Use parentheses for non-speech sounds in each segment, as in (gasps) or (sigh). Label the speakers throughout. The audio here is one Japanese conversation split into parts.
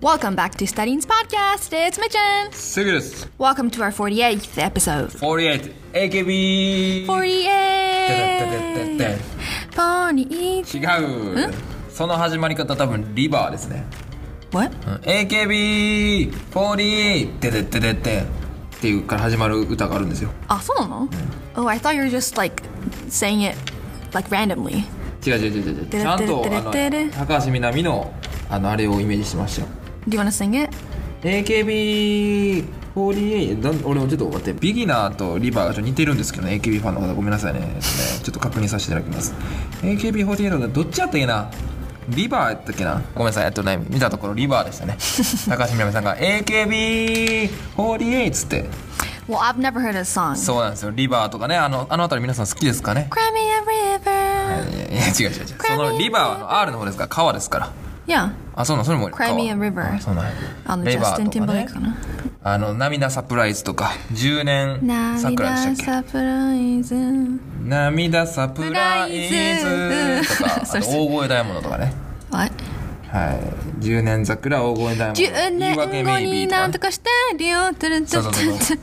Speaker 1: Welcome back to Studying's podcast. It's Mitchin.
Speaker 2: すぐです。
Speaker 1: Welcome to our 48th episode.
Speaker 2: 48。AKB。
Speaker 1: 48! 48!
Speaker 2: 違う。その始まり方多分リバーですね。
Speaker 1: What?
Speaker 2: うん AKB48 てててててっていうから始まる歌があるんですよ。
Speaker 1: あ、そうなの Oh, I thought you were just like saying it like randomly.
Speaker 2: 違う違う違う違う。ちゃんとあの高橋みなみのあのあれをイメージしてましたよ。
Speaker 1: Do you want to sing it?
Speaker 2: AKB48 なん俺もちょっと待ってビギナーとリバーがちょっと似てるんですけど、ね、AKB ファンの方ごめんなさいねえっとねちょっと確認させていただきます AKB48 がどっちやったっけなリバーやったっけなごめんなさいえっとね見たところリバーでし
Speaker 1: (laughs)
Speaker 2: たね高橋みなみさんが AKB48 っつって
Speaker 1: Well, I've never heard a song.
Speaker 2: そうなんですよリバーとかねあのあの辺り皆さん好きですかね
Speaker 1: Crimea River.
Speaker 2: いやいや違う違う違うそのリバーはあの R の方ですから川ですから
Speaker 1: Yeah.
Speaker 2: あそうなんそれも
Speaker 1: Crimea
Speaker 2: 川
Speaker 1: River
Speaker 2: あそうなんや
Speaker 1: あの、
Speaker 2: レ
Speaker 1: ジャ
Speaker 2: バ
Speaker 1: スティ
Speaker 2: ー
Speaker 1: ン・
Speaker 2: と
Speaker 1: ティン
Speaker 2: か
Speaker 1: バレ
Speaker 2: ね
Speaker 1: ーかな。
Speaker 2: あの涙サプライズとか10年桜でしたっ
Speaker 1: サ
Speaker 2: け
Speaker 1: プライズ。
Speaker 2: 涙サプライズとか
Speaker 1: (laughs)
Speaker 2: あ
Speaker 1: そう
Speaker 2: と
Speaker 1: そう
Speaker 2: 大声大物とかね
Speaker 1: What?
Speaker 2: はい10年桜大声大物
Speaker 1: 10年後に
Speaker 2: (laughs)
Speaker 1: なんと
Speaker 2: か
Speaker 1: かしてるよ。トゥルントゥルントゥルントゥルン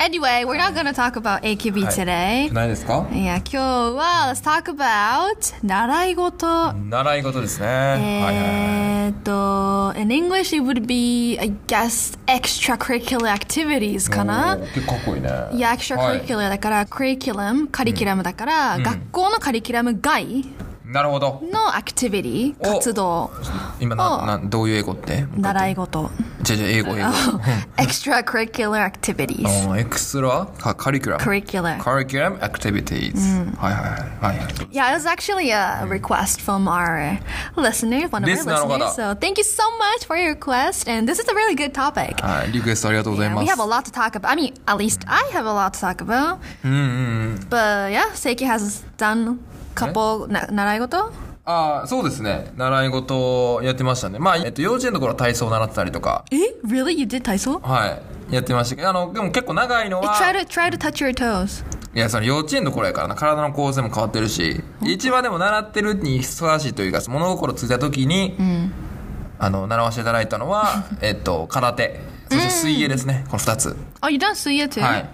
Speaker 1: Anyway, we're not going to talk about AKB
Speaker 2: はい
Speaker 1: today.
Speaker 2: ないですか
Speaker 1: いや、今日は、let's talk about 習い事。
Speaker 2: 習い事ですねはいはいはい
Speaker 1: えーっと、in English it would be, I guess, extracurricular
Speaker 2: Oh.
Speaker 1: activities かな。
Speaker 2: おー結構かっこいいね
Speaker 1: いや、エクストラカリキュ
Speaker 2: は
Speaker 1: ラーだから、クリキュラム、カリキュラムだから、学校のカリキュラム外
Speaker 2: いなるほど
Speaker 1: のアクティビティ、
Speaker 2: お
Speaker 1: 活動、
Speaker 2: 今
Speaker 1: お
Speaker 2: ななどういう英語って
Speaker 1: 習い事。
Speaker 2: じゃじゃ英語英語
Speaker 1: エクストラカリキュラーアクティビティ
Speaker 2: あ
Speaker 1: ー。
Speaker 2: ーエクストラカカリキュラム
Speaker 1: カリキュラー。
Speaker 2: カリキュラムアクティビティーズはいはいはいはいはい
Speaker 1: Yeah, it was actually a request from our listener, one of our
Speaker 2: リスナーの方
Speaker 1: listeners. So thank you so much for your request, and this is a really good topic.
Speaker 2: はいリクエストありがとうござい
Speaker 1: Yeah,
Speaker 2: ま
Speaker 1: we
Speaker 2: す
Speaker 1: have a lot to talk about. I mean, at least I have a lot to talk about.
Speaker 2: うんうんうん
Speaker 1: But yeah, Seiki has done couple な習い事。
Speaker 2: ああ、そうですね。習い事をやってましたね。まあ、えっと、幼稚園の頃は体操を習ってたりとか、
Speaker 1: え Eh? Really? You did 体操
Speaker 2: はい。やってましたけど、あの、でも結構長いの
Speaker 1: Eh,
Speaker 2: は、
Speaker 1: Try to, try to touch your toes.
Speaker 2: いや、その幼稚園の頃やからな、体の構成も変わってるし、一番でも習ってるにふさわしいというか、物心ついた時に、あの、習わせていただいたのは、えっと、空手、そして水泳ですね。この二つ。
Speaker 1: Oh, you done 水泳 too?
Speaker 2: はい。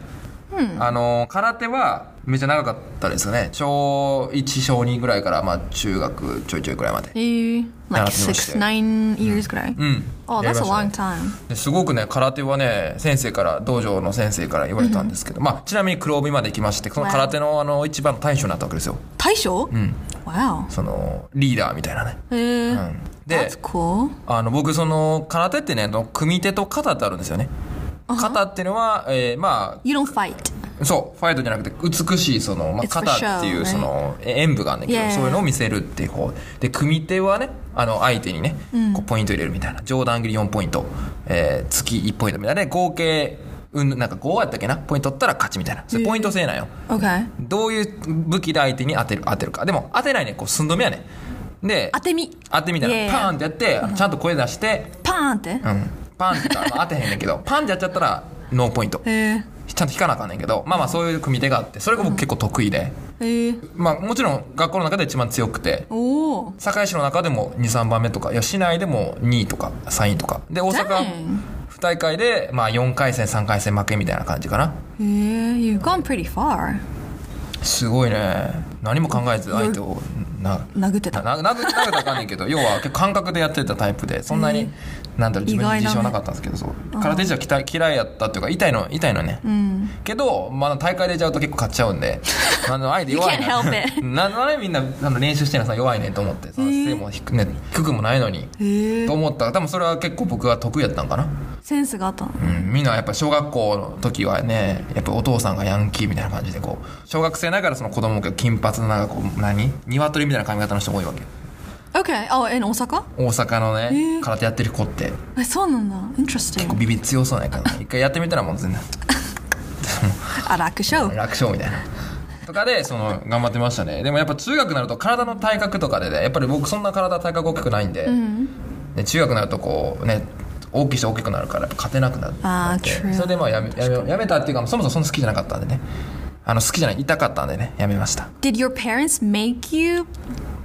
Speaker 2: あの、空手は、めっちゃ長かったですよね。小1、小2ぐらいから、まあ、中学ちょいちょいぐらいまで。
Speaker 1: えー like
Speaker 2: 習ってま
Speaker 1: six,
Speaker 2: したよ
Speaker 1: nine years ぐらい。
Speaker 2: うん。
Speaker 1: Oh,
Speaker 2: やり
Speaker 1: that's a
Speaker 2: ましたね
Speaker 1: long time.
Speaker 2: ですごくね空手はね先生から道場の先生から言われたんですけど、まあ、ちなみに黒帯まで行きましてその空手のあの一番の大将になったわけですよ
Speaker 1: 大将 Wow.
Speaker 2: そのリーダーみたいなね、
Speaker 1: えー
Speaker 2: うん、で
Speaker 1: That's cool.
Speaker 2: あの僕その空手ってねあの組手と肩ってあるんですよね肩っていうのは、えーま
Speaker 1: You don't fight.
Speaker 2: あそうファイトじゃなくて美しいその、まあ、
Speaker 1: It's for
Speaker 2: 肩ってい
Speaker 1: show,
Speaker 2: う
Speaker 1: right?
Speaker 2: そのえ演舞があるんだけど、
Speaker 1: Yeah.
Speaker 2: そういうのを見せるっていう方で組手はねあの相手にね、こうポイント入れるみたいな上段切り4ポイント、えー月1ポイントみたいなで合計、うん、なんか5やったっけなポイント取ったら勝ちみたいなそれポイント制なんよ、
Speaker 1: Okay.
Speaker 2: どういう武器で相手に当てる当てるかでも当てないねこう寸止めやねで
Speaker 1: 当てみ。
Speaker 2: 当てみたいな
Speaker 1: Yeah.
Speaker 2: パーンってやってあのちゃんと声出して、
Speaker 1: パーンって
Speaker 2: う。ん、パーンって言ったらまあ当てへんねんけどパーンってやっちゃったらノーポイン (laughs) ト
Speaker 1: えー
Speaker 2: ちゃんと引かなあかんねんけどまあまあそういう組手があってそれが僕結構得意で、
Speaker 1: えー
Speaker 2: まあもちろん学校の中で一番強くて
Speaker 1: おー
Speaker 2: 堺市の中でも23番目とかいや市内でも2位とか3位とかで大阪
Speaker 1: Dang.
Speaker 2: 不大会でまあ4回戦3回戦負けみたいな感じかな
Speaker 1: えー You've gone pretty far.
Speaker 2: すごいね何も考えず相手をな
Speaker 1: 殴って
Speaker 2: な
Speaker 1: た。
Speaker 2: な殴殴ったらあかんねんけど要は結構感覚でやってたタイプでそんなに、なんだろう自分に
Speaker 1: 意外だね
Speaker 2: 自信はなかったんですけどそう空手自体は嫌嫌いやったっていうか痛いの痛いのね、けど、まあ、大会出ちゃうと結構勝っちゃう
Speaker 1: (laughs)
Speaker 2: んであの相手弱い
Speaker 1: You can't help
Speaker 2: な
Speaker 1: it.
Speaker 2: (laughs) ななんでみんなあの練習してるのさ弱いねんと思ってさ背も低,、ね、低くもないのに、
Speaker 1: えー
Speaker 2: と思ったら多分それは結構僕は得意やったんかな、
Speaker 1: センスがあったの。
Speaker 2: うん、みんなやっぱ小学校の時はねやっぱお父さんがヤンキーみたいな感じでこう小学生ながらその子供が金髪のなんかこう何鶏みたいな髪型の人が多いわけ
Speaker 1: Okay. Oh, in 大阪
Speaker 2: 大阪のね、
Speaker 1: えー
Speaker 2: 空手やってる子って
Speaker 1: え、そうなんだ。Interesting.
Speaker 2: ビビ強そうなんや
Speaker 1: (laughs)
Speaker 2: けどね一回やってみたらもう全然
Speaker 1: あ、楽勝。
Speaker 2: 楽勝みたいなとかでその頑張ってましたねでもやっぱ中学になると体の体格とかでねやっぱり僕そんな体体格大きくないんで、で中学になるとこうね大きい人大きくなるからやっぱ勝てなくなって
Speaker 1: あー true
Speaker 2: それでまあやめやめやめたっていうかそもそもそんな好きじゃなかったんでねあの好きじゃない痛かったんでねやめました
Speaker 1: Did your parents make you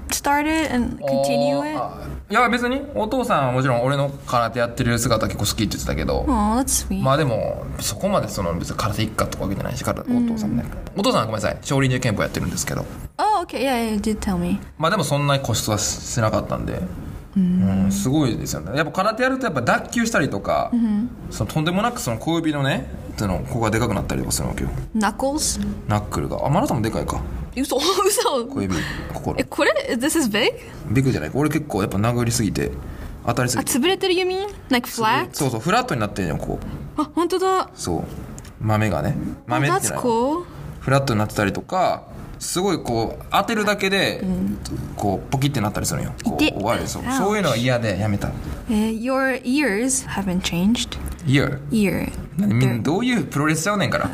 Speaker 1: start it and continue it?
Speaker 2: あいや別にお父さんはもちろん俺の空手やってる姿結構好きって言ってたけど、
Speaker 1: Oh, that's sweet.
Speaker 2: まあでもそこまでその別に空手一家とかわけじゃないし空手お父さんもね、お父さんはごめんなさい少林寺拳法やってるんですけど
Speaker 1: oh, okay. Yeah, yeah, you did tell me.
Speaker 2: まあでもそんなに固執はしなかったんで、うんすごいですよねやっぱ空手やるとやっぱ脱臼したりとか、そのとんでもなくその小指のねそのここがでかくなったりとかするわけよ
Speaker 1: Knuckles?
Speaker 2: ナックルがあマナタもでかいか
Speaker 1: 嘘 (laughs) 嘘
Speaker 2: 小指ここ
Speaker 1: え、Eh, これ ?This is big?
Speaker 2: ビッグじゃない俺結構やっぱ殴りすぎて当たりす
Speaker 1: あ、
Speaker 2: ぎて
Speaker 1: 潰れてる you mean? Like flat? (gasps)
Speaker 2: そうそうフラットになってんよこう
Speaker 1: あ、本当だ。Oh,
Speaker 2: そう豆がね豆ってい
Speaker 1: That's
Speaker 2: うのは
Speaker 1: cool.
Speaker 2: フラットになってたりとかすごいこう当てるだけで、こうポキってなったりするんよこう
Speaker 1: 痛っ
Speaker 2: 終わるそう
Speaker 1: Ouch
Speaker 2: そういうのは嫌でやめた
Speaker 1: Uh, your ears haven't changed.
Speaker 2: いや
Speaker 1: Ear.
Speaker 2: みんなどういうプロレスちゃうねんから (laughs)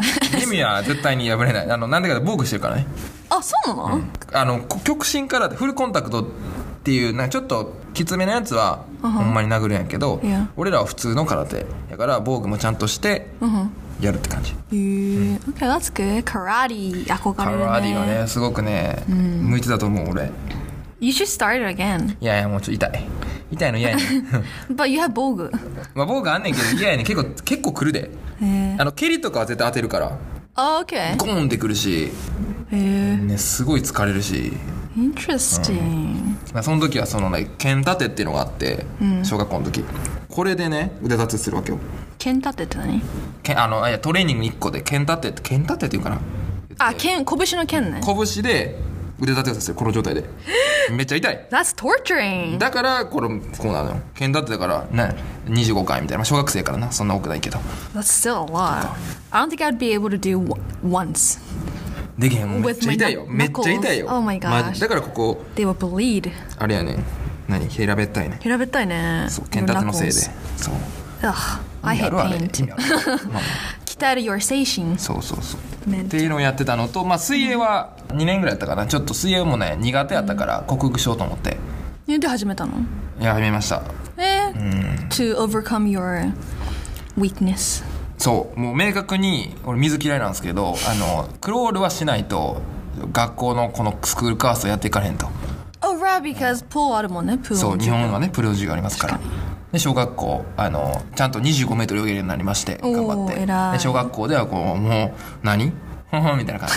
Speaker 2: 耳は絶対に破れないあのなんでかって防具してるからね
Speaker 1: あ、そうなの、
Speaker 2: あのこ極真からフルコンタクトっていうなんかちょっときつめのやつはほんまに殴るんやけど、
Speaker 1: Yeah
Speaker 2: 俺らは普通の空手やから防具もちゃんとしてやるって感じ、
Speaker 1: えー Uh-huh. Okay, that's good. Karate. 憧
Speaker 2: カ
Speaker 1: れるね。
Speaker 2: ロアディはねすごくね、向いてたと思う俺
Speaker 1: You should start it again.
Speaker 2: いやいやもうちょっと痛い痛いの嫌やね (laughs) ん
Speaker 1: But you have 防具。
Speaker 2: まあ、僕あんねんけど嫌やねん結構結構来るで
Speaker 1: えー、
Speaker 2: あの蹴りとかは絶対当てるから
Speaker 1: Uh, Oh, okay. Uh,
Speaker 2: ゴーンってくるし、
Speaker 1: えー、
Speaker 2: ね、すごい疲れるし、
Speaker 1: Interesting.
Speaker 2: まあ、その時はそのね剣立てっていうのがあって、小学校の時これでね腕立てするわけよ
Speaker 1: 剣立てって何
Speaker 2: 剣あのあいやトレーニング1個で剣立てって剣立てっていうかな
Speaker 1: あ、剣、拳の剣ね。
Speaker 2: 拳で腕立てをさせるこの状態でめっちゃ痛い
Speaker 1: That's torturing.
Speaker 2: だからこれこうなのよ剣立てだから、ね、25回みたいなまあ小学生からなそんな多くないけど
Speaker 1: That's still a lot. I don't think I'd be able to do w- once.
Speaker 2: でけへんもうめっちゃ痛いよ
Speaker 1: With my
Speaker 2: めっちゃ痛いよ
Speaker 1: knuckles. Oh my gosh.
Speaker 2: まあだからここ
Speaker 1: They will bleed.
Speaker 2: あれやねん何平べったいねん
Speaker 1: 平べったいね。
Speaker 2: そう剣立てのせいでそう
Speaker 1: Ugh, I
Speaker 2: 意味あ
Speaker 1: hate
Speaker 2: るあれ意
Speaker 1: pain.
Speaker 2: 味あるまあまあ
Speaker 1: 鍛える your station.
Speaker 2: そうそうそうっ
Speaker 1: Meant.
Speaker 2: ていうのをやってたのと、まあ、水泳は2年ぐらいやったかなちょっと水泳もね苦手やったから克服しようと思って
Speaker 1: で始めたの
Speaker 2: やめました
Speaker 1: え、to overcome your weakness.
Speaker 2: そうもう明確に俺水嫌いなんですけどあのクロールはしないと学校のこのスクールカーストやっていかれへんと
Speaker 1: Oh, right, because pool あるもんね、プール。
Speaker 2: そう日本はねプロ授業ありますからで小学校あのちゃんと2 5メートル泳げるようになりまして
Speaker 1: おー
Speaker 2: 頑張って
Speaker 1: 偉い
Speaker 2: で小学校ではこうもう何ほんほんみたいな感じ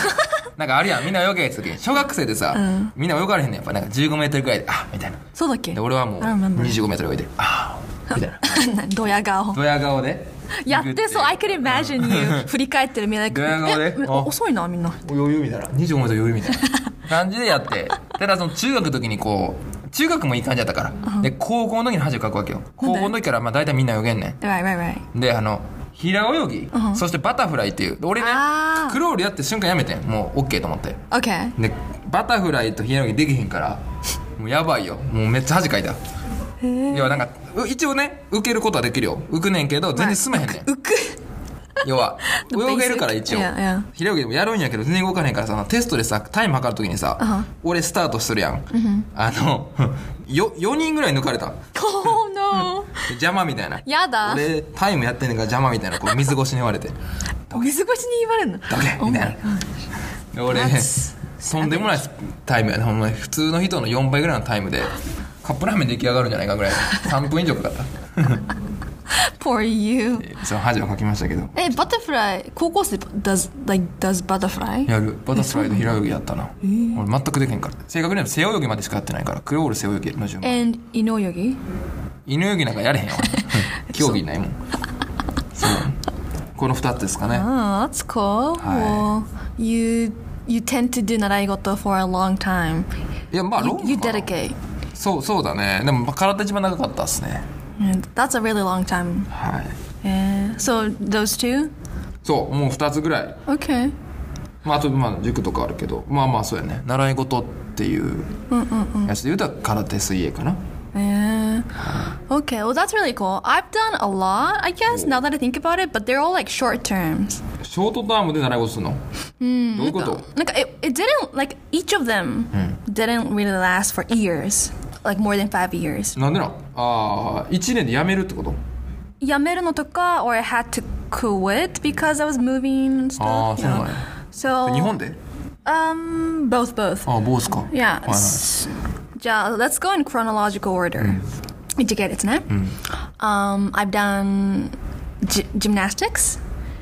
Speaker 2: なんかあるやんみんな泳げって時に小学生でさ、みんな泳がれへんねんやっぱなんか1 5メートルぐらいであみたいな
Speaker 1: そうだっけ
Speaker 2: で俺はもう
Speaker 1: I remember.
Speaker 2: 2 5メートル泳いでああみたいな
Speaker 1: (laughs) ドヤ顔。
Speaker 2: ドヤ顔で
Speaker 1: やってそう、I could imagine
Speaker 2: (laughs)
Speaker 1: you 振り返ってるみんなで
Speaker 2: ドヤ顔で
Speaker 1: え
Speaker 2: あ
Speaker 1: 遅いな、みんな。
Speaker 2: お余裕みたいな25メートル余裕みたいな感じでやってただその中学の時にこう中学もいい感じやったからで高校の時に恥をかくわけよ高校の時からまあ大体みんな泳げんねん
Speaker 1: Right, right, right.
Speaker 2: であの平泳ぎ、そしてバタフライっていうで俺ね
Speaker 1: あー
Speaker 2: クロールやって瞬間やめてんもう OK と思って
Speaker 1: Okay.
Speaker 2: でバタフライと平泳ぎできへんから (laughs) もうやばいよもうめっちゃ恥かいた要はなんかう一応ね受けることはできるよ浮くねんけど全然進まへんねん、
Speaker 1: 浮く。
Speaker 2: 要は (laughs)
Speaker 1: basic
Speaker 2: 泳げるから一応
Speaker 1: Yeah, yeah.
Speaker 2: 平泳ぎでもやるんやけど全然動かへんからさテストでさタイム測るときにさ、俺スタートするやん、あの (laughs) よ4人ぐらい抜かれた
Speaker 1: Oh
Speaker 2: (laughs)
Speaker 1: no.
Speaker 2: 邪魔みたいな
Speaker 1: やだ。
Speaker 2: 俺タイムやってんねんから邪魔みたいなこう水越しに言われて
Speaker 1: 水越しに言われるの。
Speaker 2: どけ
Speaker 1: Oh
Speaker 2: み
Speaker 1: my
Speaker 2: たい
Speaker 1: god.
Speaker 2: なで俺
Speaker 1: That's
Speaker 2: とんでもないタイムやねほんまに普通の人の4倍ぐらいのタイムでカップラーメン出来上がるんじゃないかぐらい3分以上かかった
Speaker 1: Poor you.
Speaker 2: その恥をかきましたけど
Speaker 1: え、バタフライ、高校生、does, like, does butterfly?
Speaker 2: やるバタフライと平泳ぎやったな、俺全くできへんから正確には背泳ぎまでしかやってないからクロール背泳ぎの順番
Speaker 1: And 井上泳ぎ
Speaker 2: 犬泳ぎなんかやれへんよ競技ないもんそうこの2つですかね
Speaker 1: Oh, that's cool.
Speaker 2: は
Speaker 1: Well, you, you tend to do 習い事 for a long time.
Speaker 2: いやまあロ
Speaker 1: You, you
Speaker 2: ングかな
Speaker 1: dedicate.
Speaker 2: そうそうだねでもまあ空手一番長かったっすね
Speaker 1: And That's a really long time.
Speaker 2: はい
Speaker 1: Yeah. So those two?
Speaker 2: そうもう2つぐらい
Speaker 1: Okay.
Speaker 2: まあ、あとまあ塾とかあるけどまあまあそうやね習い事っていうやつで言うと空手水泳かな
Speaker 1: Yeah. Okay. Well, that's really cool. I've done a lot, I guess, now that I think about it, but they're all like short terms.
Speaker 2: ショートタームで習い事するのうんどういうこと
Speaker 1: Like it, it didn't like each of them didn't really last for years, like more than five years.
Speaker 2: なんでなんああ1年で辞めるってこと
Speaker 1: やめるのとか or I had to quit because I was moving and
Speaker 2: ああ
Speaker 1: stuff. you know. So
Speaker 2: そうなんや日本で
Speaker 1: um both both.
Speaker 2: ああ坊主か
Speaker 1: Yeah.
Speaker 2: はいはい
Speaker 1: s- じゃあ、let's go in chronological order. 一系列ね。Um, I've done gy- gymnastics,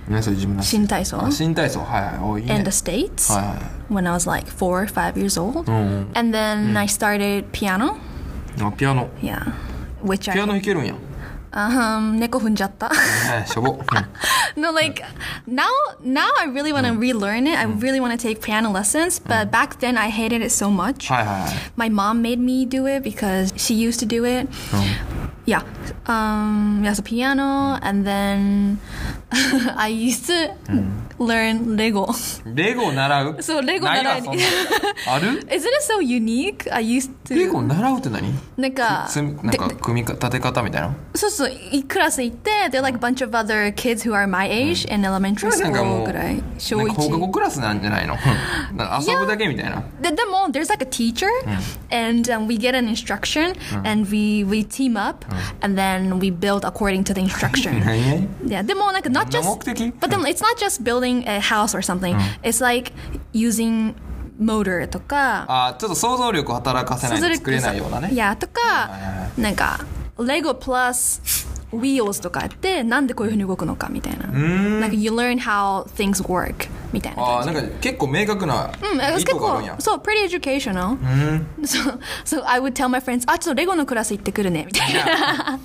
Speaker 2: 皆さん自分の
Speaker 1: 新体操
Speaker 2: あ新体操はいはいおいい、ね、
Speaker 1: in the States
Speaker 2: はいはい
Speaker 1: when I was like four or five years old.
Speaker 2: ん
Speaker 1: And then I started piano.
Speaker 2: あピアノ
Speaker 1: Yeah. Which
Speaker 2: ピアノ
Speaker 1: I,
Speaker 2: 弾けるんや
Speaker 1: um, 猫踏んじゃった。
Speaker 2: はいしょぼ、うん、
Speaker 1: (laughs) No, like now, now I really want to relearn it. I really want to take piano lessons, but back then I hated it so much.
Speaker 2: はいはいはい
Speaker 1: My mom made me do it because she used to do it. Yeah, um, yeah, so piano, and then (laughs) I used to learn Lego. (laughs)
Speaker 2: レゴ習う
Speaker 1: そうレゴ
Speaker 2: ないわ
Speaker 1: 習い
Speaker 2: そんなある
Speaker 1: Isn't it so unique? I used
Speaker 2: レゴ
Speaker 1: to uh,
Speaker 2: 習うって何
Speaker 1: なんか
Speaker 2: つなんか組みか立て方みたいな
Speaker 1: そうそういクラス行って they're like a bunch of other kids who are my age in elementary
Speaker 2: なんかも
Speaker 1: school
Speaker 2: う
Speaker 1: ぐらい小
Speaker 2: なんか放課後
Speaker 1: 1
Speaker 2: クラスなんじゃないのなんか遊ぶだけみたいな
Speaker 1: ででも there's like a teacher and um, we get an instruction and we we team up and then we build according to the
Speaker 2: (laughs)
Speaker 1: instruction
Speaker 2: 何々
Speaker 1: Yeah, でもなんか not
Speaker 2: 何
Speaker 1: just
Speaker 2: 目的
Speaker 1: But then it's not just building a house or something. It's like using motor とか、
Speaker 2: あちょっと想像力働かせないと作れないようなね
Speaker 1: いやとか、なんか Lego plus wheels とかやってなんでこういう風に動くのかみたいな。なんか you learn how things work みたいな
Speaker 2: あ
Speaker 1: 感
Speaker 2: ー
Speaker 1: じ。
Speaker 2: なんか結構明確な
Speaker 1: うん、だから
Speaker 2: 意
Speaker 1: 結
Speaker 2: 図があるんや
Speaker 1: 構、そう、pretty educational. (laughs) So, so I would tell my friends, "Ah, あ、ちょっとレゴのクラス行ってくるね、みたいな。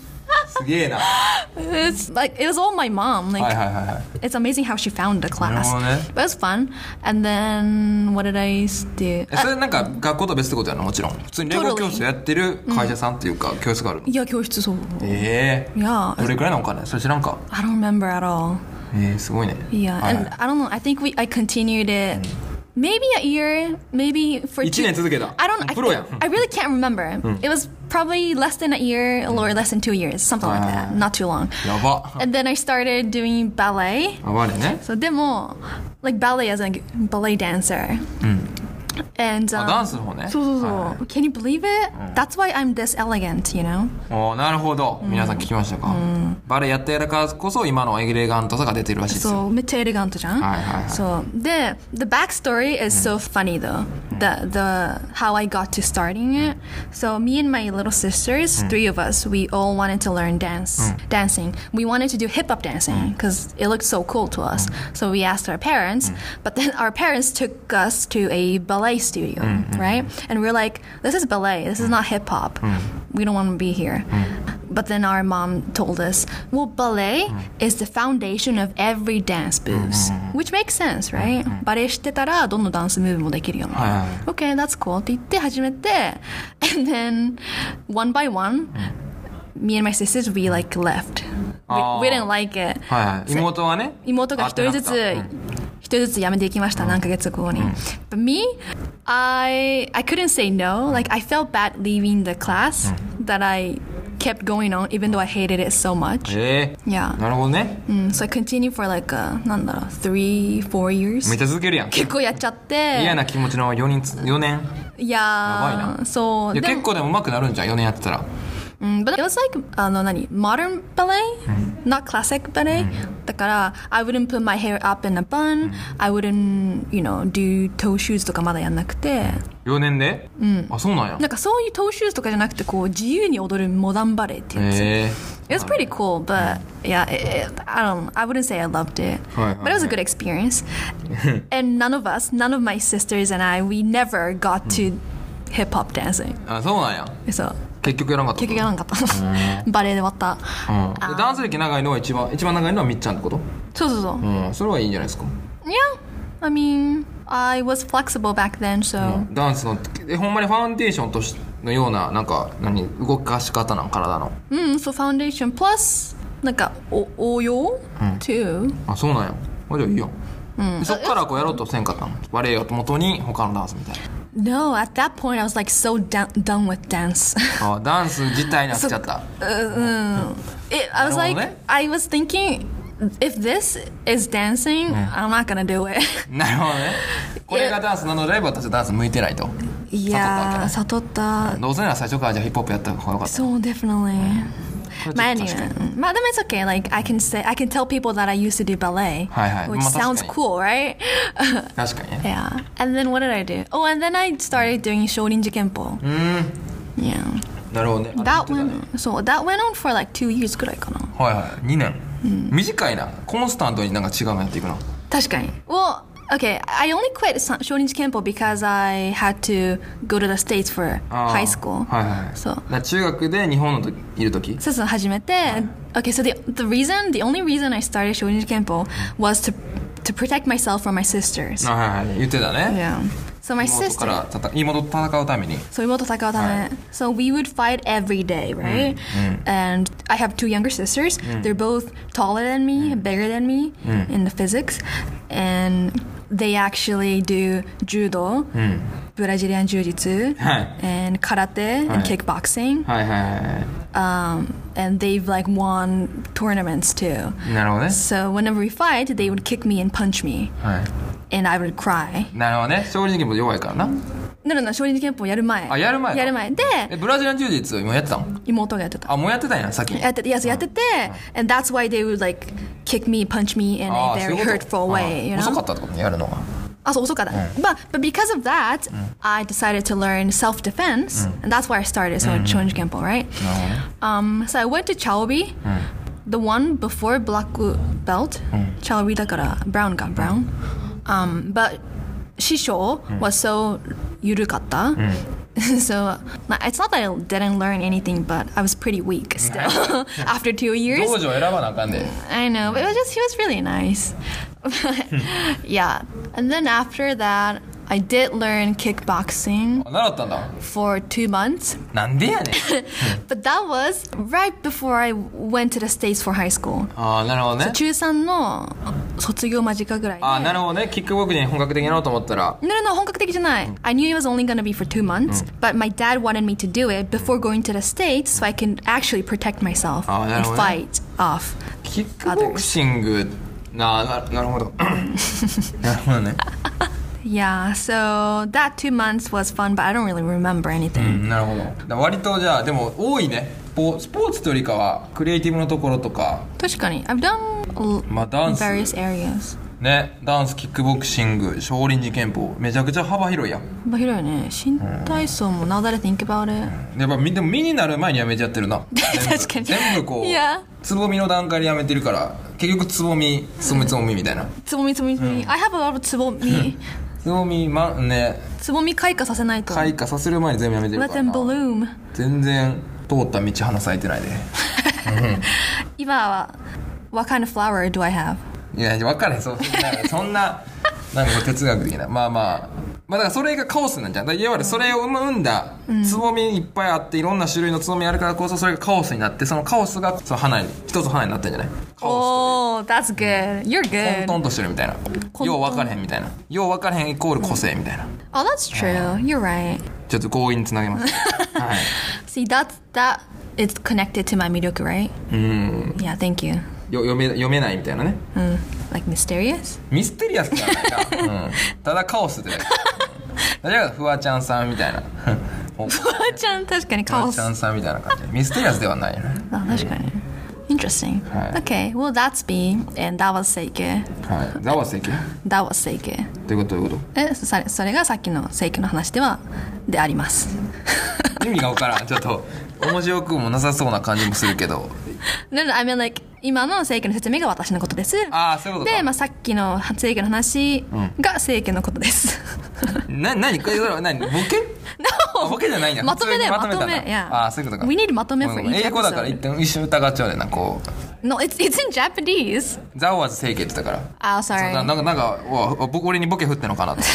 Speaker 2: すげえな
Speaker 1: (laughs) It's like, it was all my mom. Like,
Speaker 2: はいはいはいはい
Speaker 1: It's amazing how she found the class.
Speaker 2: なるほどね。
Speaker 1: But it was fun. And then what did I do? Uh,
Speaker 2: えそれなんか学校とは別ってことやなもちろん普通にレゴ教室やってる会社さんっていうか教室があるの
Speaker 1: いや教室そう。
Speaker 2: ええ
Speaker 1: Yeah.
Speaker 2: どれくらいのお金それ知らんか
Speaker 1: I don't remember at all.
Speaker 2: ええすごいね
Speaker 1: Yeah.
Speaker 2: はい
Speaker 1: And I don't know. Mm. I think we I continued it. Maybe a year, maybe for
Speaker 2: 一
Speaker 1: two-
Speaker 2: 年続けた
Speaker 1: I don't. I,
Speaker 2: プロやん
Speaker 1: I really can't remember. It was probably less than a year or less than two years, something like that. Not too long.
Speaker 2: やば
Speaker 1: And then I started doing ballet.
Speaker 2: やばいね
Speaker 1: So demo, like ballet as like ballet dancer. And
Speaker 2: あ
Speaker 1: um,
Speaker 2: ダンスの方ね
Speaker 1: そうそうそう。
Speaker 2: はい
Speaker 1: Can you believe it?、That's why I'm this elegant, you know?
Speaker 2: おーなるほど皆さん聞きましたかバレエやってるからこそ今のエレガントさが出てるらしいですよ
Speaker 1: そう、めっちゃエレガントじゃん。
Speaker 2: はいはいはい
Speaker 1: そう。で、the backstory is so funny though. The, the, how I got to starting it. So me and my little sisters, three of us, we all wanted to learn dance, dancing. We wanted to do hip hop dancing because it looked so cool to us. So we asked our parents, but then our parents took us to a ballet studio, right? And we are like, this is ballet, this is not hip hop. We don't want to be here. But then our mom told us, well, ballet
Speaker 2: Mm.
Speaker 1: is the foundation of every dance moves,
Speaker 2: Mm-hmm.
Speaker 1: which makes sense, right? バレエしてたらどのダンスムーブもできるよね。
Speaker 2: はいはいはい
Speaker 1: okay, that's cool って言って始めて、and then one by
Speaker 2: Mm.
Speaker 1: one, me and my sisters, we like left. We, we
Speaker 2: あー
Speaker 1: didn't like it.
Speaker 2: はいはい妹はね
Speaker 1: 妹が一人ずつ、
Speaker 2: 会ってなかっ
Speaker 1: 一人ずつ辞めていきました、何ヶ月後に。But me, I, I couldn't say no. Like, I felt bad leaving the class
Speaker 2: Mm.
Speaker 1: that I kept going on, even though I hated it so
Speaker 2: た
Speaker 1: much.
Speaker 2: ええ
Speaker 1: Yeah.
Speaker 2: なるほどね
Speaker 1: Mm, so I continued for like, uh, なんだろう、three, four
Speaker 2: めっ
Speaker 1: years.
Speaker 2: ちゃ続けるやん
Speaker 1: 結構やっちゃって。
Speaker 2: 嫌な気持ちの4人つ四年
Speaker 1: いや
Speaker 2: ばい
Speaker 1: ー
Speaker 2: な
Speaker 1: そう。
Speaker 2: いや
Speaker 1: でも
Speaker 2: 結構でも上手くなるんじゃん4年やってたら
Speaker 1: うん、but it was like あの何 modern ballet、not classic ballet、だから I wouldn't put my hair up in a bun、I wouldn't you know do toe shoes とかまだやんなくて
Speaker 2: 4年でうんあそうなんや
Speaker 1: なんかそういう toe shoes とかじゃなくてこう自由に踊るモダンバレエっていうんですよ、
Speaker 2: え
Speaker 1: It
Speaker 2: え
Speaker 1: was pretty cool, but yeah, it, it, I don't. I wouldn't say I loved it,
Speaker 2: Right,
Speaker 1: but it was a
Speaker 2: right,
Speaker 1: good
Speaker 2: (laughs)
Speaker 1: experience. and none of us, none of my sisters and I, we never got
Speaker 2: Hmm.
Speaker 1: to hip hop dancing.
Speaker 2: あそうなんや
Speaker 1: So
Speaker 2: 結局やらんかった
Speaker 1: 結局やらんか (laughs) った。バレエで終わった。
Speaker 2: うん
Speaker 1: Ah,
Speaker 2: でダンス歴長いのは一番一番長いのはみっちゃんってこと
Speaker 1: そうそうそう。
Speaker 2: うんそれはいいんじゃないですか
Speaker 1: Yeah, I mean, I was flexible back then, so
Speaker 2: ダンスのえほんまにファウンデーションとしのようななんか何動かし方なん体の
Speaker 1: mm, so foundation plus なんかお応用 too.
Speaker 2: あそうなんやあじゃあいいよ、うん、そっからこうやろうとせんかったのバレエを元に他のダンスみたい
Speaker 1: No, at that point I was like so done done with dance. (laughs) Uh,
Speaker 2: なあダンス自体になっちゃった、
Speaker 1: It, I was
Speaker 2: なるほど
Speaker 1: like,
Speaker 2: ね
Speaker 1: I was thinking, if this is dancing, I'm not gonna do it. (laughs)
Speaker 2: なるほどねこれがダンスなのであれば私はダンス向いてないと
Speaker 1: いやー、悟った。
Speaker 2: どうせなら最初からじゃあヒップホップやった方がよかった
Speaker 1: So definitely.
Speaker 2: これちょっと
Speaker 1: まあ、anyway.
Speaker 2: 確かに
Speaker 1: まあでも it's okay. Like, I can say, I can tell people that I used to do ballet,
Speaker 2: はいはい
Speaker 1: which
Speaker 2: まあ確かに
Speaker 1: sounds cool, right? (laughs)
Speaker 2: 確かにね Hmm.
Speaker 1: Yeah. And then what did I do? Oh, and then I started doing Shorinji Kenpo. yeah
Speaker 2: なるほどねあ
Speaker 1: that
Speaker 2: 言って
Speaker 1: went
Speaker 2: たね
Speaker 1: so that went on for like two years ぐらいかな
Speaker 2: はいはい2年、短いなコンスタントになんか違うのやっていくな
Speaker 1: 確かに well okay I only quit San- Shoninji Kenpo because I had to go to the states for
Speaker 2: あー
Speaker 1: high school
Speaker 2: はいはい
Speaker 1: そう
Speaker 2: だから中学で日本の時いる時
Speaker 1: そうそう始めて、Okay, so the, the reason, the only reason I started Shoninji Kenpo was to, to protect myself from my sisters.
Speaker 2: あはいはい言ってたね
Speaker 1: Yeah. So my
Speaker 2: 妹
Speaker 1: sister,
Speaker 2: から戦妹と戦うために
Speaker 1: so we both talk about that. So we would fight every day, right? And I have two younger sisters. They're both taller than me, bigger than me in the physics. And they actually do judo, Brazilian jiu-jitsu,
Speaker 2: はい
Speaker 1: and karate, and
Speaker 2: Right.
Speaker 1: kickboxing.
Speaker 2: はいはいはいは
Speaker 1: Um, and they've like won tournaments too.
Speaker 2: いなるほどね
Speaker 1: So whenever we fight, they would kick me and punch me,
Speaker 2: は
Speaker 1: and I would cry.
Speaker 2: いなるほどね少林拳法弱いからな
Speaker 1: No, no, no. 少林拳法やる前。
Speaker 2: あやる前か
Speaker 1: やる前で
Speaker 2: えブラジル柔術もやってたの
Speaker 1: 妹がやってた。
Speaker 2: あもうやってたんや先に
Speaker 1: やってて、いやそうやってて、and that's why they would like kick me, punch me in
Speaker 2: あ
Speaker 1: a
Speaker 2: ーそ
Speaker 1: very
Speaker 2: ういうこと
Speaker 1: hurtful
Speaker 2: あ
Speaker 1: way.
Speaker 2: ー
Speaker 1: You
Speaker 2: 遅か
Speaker 1: know?
Speaker 2: ったってことねやるのが
Speaker 1: あ、そう遅かった。But but because of that, I decided to learn self-defense, and that's why I started so Shoninji Kenpo, right?
Speaker 2: なるほどね
Speaker 1: Um, so I went to Chaobi, the one before Black Belt. Chaobi だから brown が brown. Um, but Shisho was so yurukata. (laughs) so like, it's not that I didn't learn anything, but I was pretty weak still (laughs) after two years.
Speaker 2: 道場選ばなあかんで
Speaker 1: I know, but it was just he was really nice. (laughs) yeah, and then after that, I did learn kickboxing
Speaker 2: あ習ったんだ
Speaker 1: for two months.
Speaker 2: なんでや
Speaker 1: (laughs)
Speaker 2: ねん
Speaker 1: But that was right before I went to the States for high school.
Speaker 2: ああなるほどね
Speaker 1: 中3の卒業間近ぐらいで。
Speaker 2: あーなるほどねキックボクシング本格的にやろうと思ったら
Speaker 1: No, no, no, 本格的じゃない。I knew it was only gonna be for two months, but my dad wanted me to do it before going to the States so I can actually protect myself
Speaker 2: あな
Speaker 1: and
Speaker 2: るほどね
Speaker 1: fight off.
Speaker 2: キックボクシングななな
Speaker 1: (laughs)
Speaker 2: るほどなるほどね
Speaker 1: Yeah, so that two months was fun, but I don't really remember
Speaker 2: う
Speaker 1: anything.
Speaker 2: んなるほどだから割とじゃあでも多いねスポスポーツというよりかはクリエイティブのところとか
Speaker 1: 確かに。I've done l-
Speaker 2: まあダンス
Speaker 1: various areas.
Speaker 2: ねダンスキックボクシング少林寺拳法めちゃくちゃ幅広いやん
Speaker 1: 幅広いね。新体操も now that I think about it.
Speaker 2: やっぱみでも身になる前にやめちゃってるな
Speaker 1: (laughs) 確かに
Speaker 2: 全部こう
Speaker 1: いや
Speaker 2: つぼみの段階でやめてるから結局つぼみつぼみつぼみみたいな
Speaker 1: つぼみつぼみつぼみ。I have a lot of つぼみ。
Speaker 2: つぼみまね
Speaker 1: つぼみ開花させないと。
Speaker 2: 開花させる前に全部やめてる
Speaker 1: Let
Speaker 2: から
Speaker 1: them
Speaker 2: な
Speaker 1: bloom.
Speaker 2: 全然通った道花咲いてないで
Speaker 1: 今は What kind of flower do I have?
Speaker 2: いや分からへんそうそんなそんななんかこう哲学的なまあまあまあだからそれがカオスなんじゃんだからいわゆるそれを生んだつぼみいっぱいあっていろんな種類のつぼみあるからこそそれがカオスになってそのカオスがその花に一つ花になってんじゃないカオス
Speaker 1: Oh, that's good. You're
Speaker 2: 混
Speaker 1: good.
Speaker 2: 沌としてるみたいな
Speaker 1: 沌
Speaker 2: よう分からへんみたいなよう分からへんイコール個性みたいな
Speaker 1: Oh, that's true. You're right.
Speaker 2: ちょっと強引につなげましたはい
Speaker 1: See, that's that. It's connected to my midyoku, right?
Speaker 2: うん Mm.
Speaker 1: Yeah, thank you.
Speaker 2: よ読め読めないみたいなね
Speaker 1: Mm, like mysterious? (laughs)
Speaker 2: ミステリアスじゃないな、うん、ただカオスでだからフワちゃんさんみた (laughs) いなおフワちゃんさんみたいな感じミステリアスではないよね
Speaker 1: Interesting.
Speaker 2: はい。
Speaker 1: Okay, well, that's B, and that was Seike.
Speaker 2: はいザワセキど
Speaker 1: That was Seike.
Speaker 2: ういうことどういうこ
Speaker 1: え、そそれがさっきの Seike の話では、であります。 (laughs)
Speaker 2: と意味が分からんちょっと面白くもなさそうな感じもするけど
Speaker 1: no, no, I mean like 今の正義の説明が私のことです。
Speaker 2: ああそういうことか
Speaker 1: で、まあ、さっきの正義の話が正義のことです。 (laughs)
Speaker 2: な何これそれは何ボケあボケじゃないんや
Speaker 1: まとめだよ
Speaker 2: 普通にまとめ
Speaker 1: まとめい
Speaker 2: たん
Speaker 1: や
Speaker 2: だああそういうことか
Speaker 1: We need まとめ for
Speaker 2: ごめんごめん
Speaker 1: each
Speaker 2: 英語だから
Speaker 1: episode
Speaker 2: 一旦一瞬疑っちゃうねんなんかこ
Speaker 1: no, it's, it's in Japanese.
Speaker 2: うザワーズ整形って言ったから
Speaker 1: あ、
Speaker 2: そう
Speaker 1: sorry.
Speaker 2: なんかなんかうわ僕俺にボケ振ってんのか
Speaker 1: (laughs)
Speaker 2: なと思っ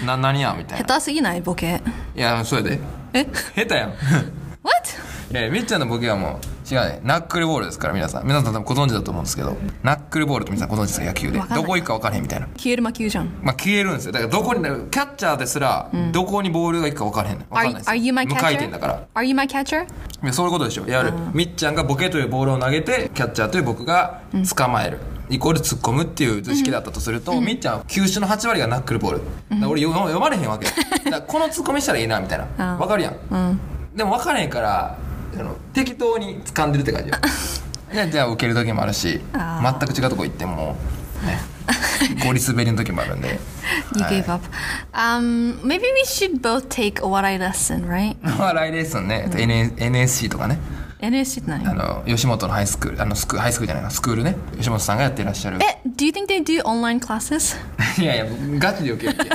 Speaker 2: てな何やみたいな
Speaker 1: 下手すぎないボケ。
Speaker 2: いやそうやで
Speaker 1: え (laughs)
Speaker 2: 下手やん (laughs)
Speaker 1: What?
Speaker 2: いやみっちゃんのボケはもう違うねナックルボールですから皆さん皆さん多分ご存知だと思うんですけどナックルボールって皆さんご存知ですか野球で
Speaker 1: わかんない
Speaker 2: どこ行くか分からへんみたいな
Speaker 1: 消える魔球じゃん。
Speaker 2: まあ消えるんですよだからどこにキャッチャーですらどこにボールが行くか分からへん分か
Speaker 1: Are,
Speaker 2: んないです
Speaker 1: are you
Speaker 2: 無
Speaker 1: my
Speaker 2: 回転だから
Speaker 1: catcher? Are you my catcher?
Speaker 2: いやそういうことでしょやるみっちゃんがボケというボールを投げてキャッチャーという僕が捕まえる、イコール突っ込むっていう図式だったとすると、みっちゃんは球種の8割がナックルボール、だから俺よ読まれへんわ (laughs) けだからこの突っ込みしたらいいなみたいなわかるやん、でも分からへんからあの適当に掴んでるって感じよねじゃあ受ける時もあるし
Speaker 1: あー
Speaker 2: (laughs) 全く違うとこ行ってもねゴリ滑りの時もあるんで
Speaker 1: You
Speaker 2: はい
Speaker 1: gave up. Um, maybe we should both take a warai lesson, right?
Speaker 2: 笑いレッスンね、NS NSC とかね
Speaker 1: NSC
Speaker 2: あ
Speaker 1: nine.
Speaker 2: の吉本のハイスクールあのスクハイスクールじゃないのスクールね吉本さんがやってらっしゃる
Speaker 1: Eh, do you think they do online classes?
Speaker 2: いやいやガチで受ける (laughs) ってい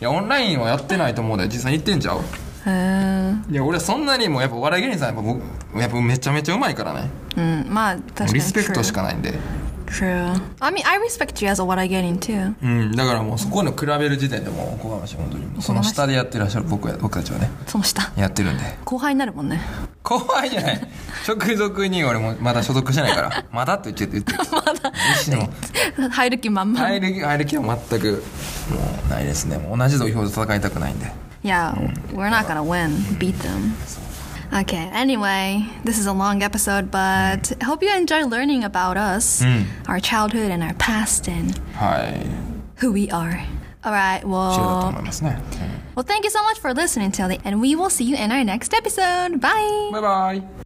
Speaker 2: やオンラインはやってないと思うで実際に行ってんちゃう
Speaker 1: Uh,
Speaker 2: いや俺はそんなにもうやっぱお笑い芸人さんやっぱ僕やっぱめちゃめちゃうまいからね
Speaker 1: うんまあ確かに
Speaker 2: リスペクトし
Speaker 1: true.
Speaker 2: かないんで
Speaker 1: true I mean I respect you as a what I get into
Speaker 2: うんだからもうそこの比べる時点でもうおこがましい本当にその下でやってらっしゃる僕や僕たちはね
Speaker 1: その下
Speaker 2: やってるんで
Speaker 1: 後輩になるも (laughs) んね
Speaker 2: 怖いじゃない (laughs) 直属に俺もまだ所属してないからまだって言って言って (laughs) まだ西野
Speaker 1: 入る気満々、
Speaker 2: 入る気入る気は全くもうないですねもう同じ土俵で戦いたくないんで
Speaker 1: yeah we're not gonna win beat them Okay, anyway, this is a long episode, but I hope you enjoy learning about us, our childhood, and our past, and
Speaker 2: はい
Speaker 1: who we are. All right,
Speaker 2: 一緒だと思
Speaker 1: well,
Speaker 2: いますね、
Speaker 1: well, thank you so much for listening till the end. We will see you in our next episode. Bye.
Speaker 2: バイバイ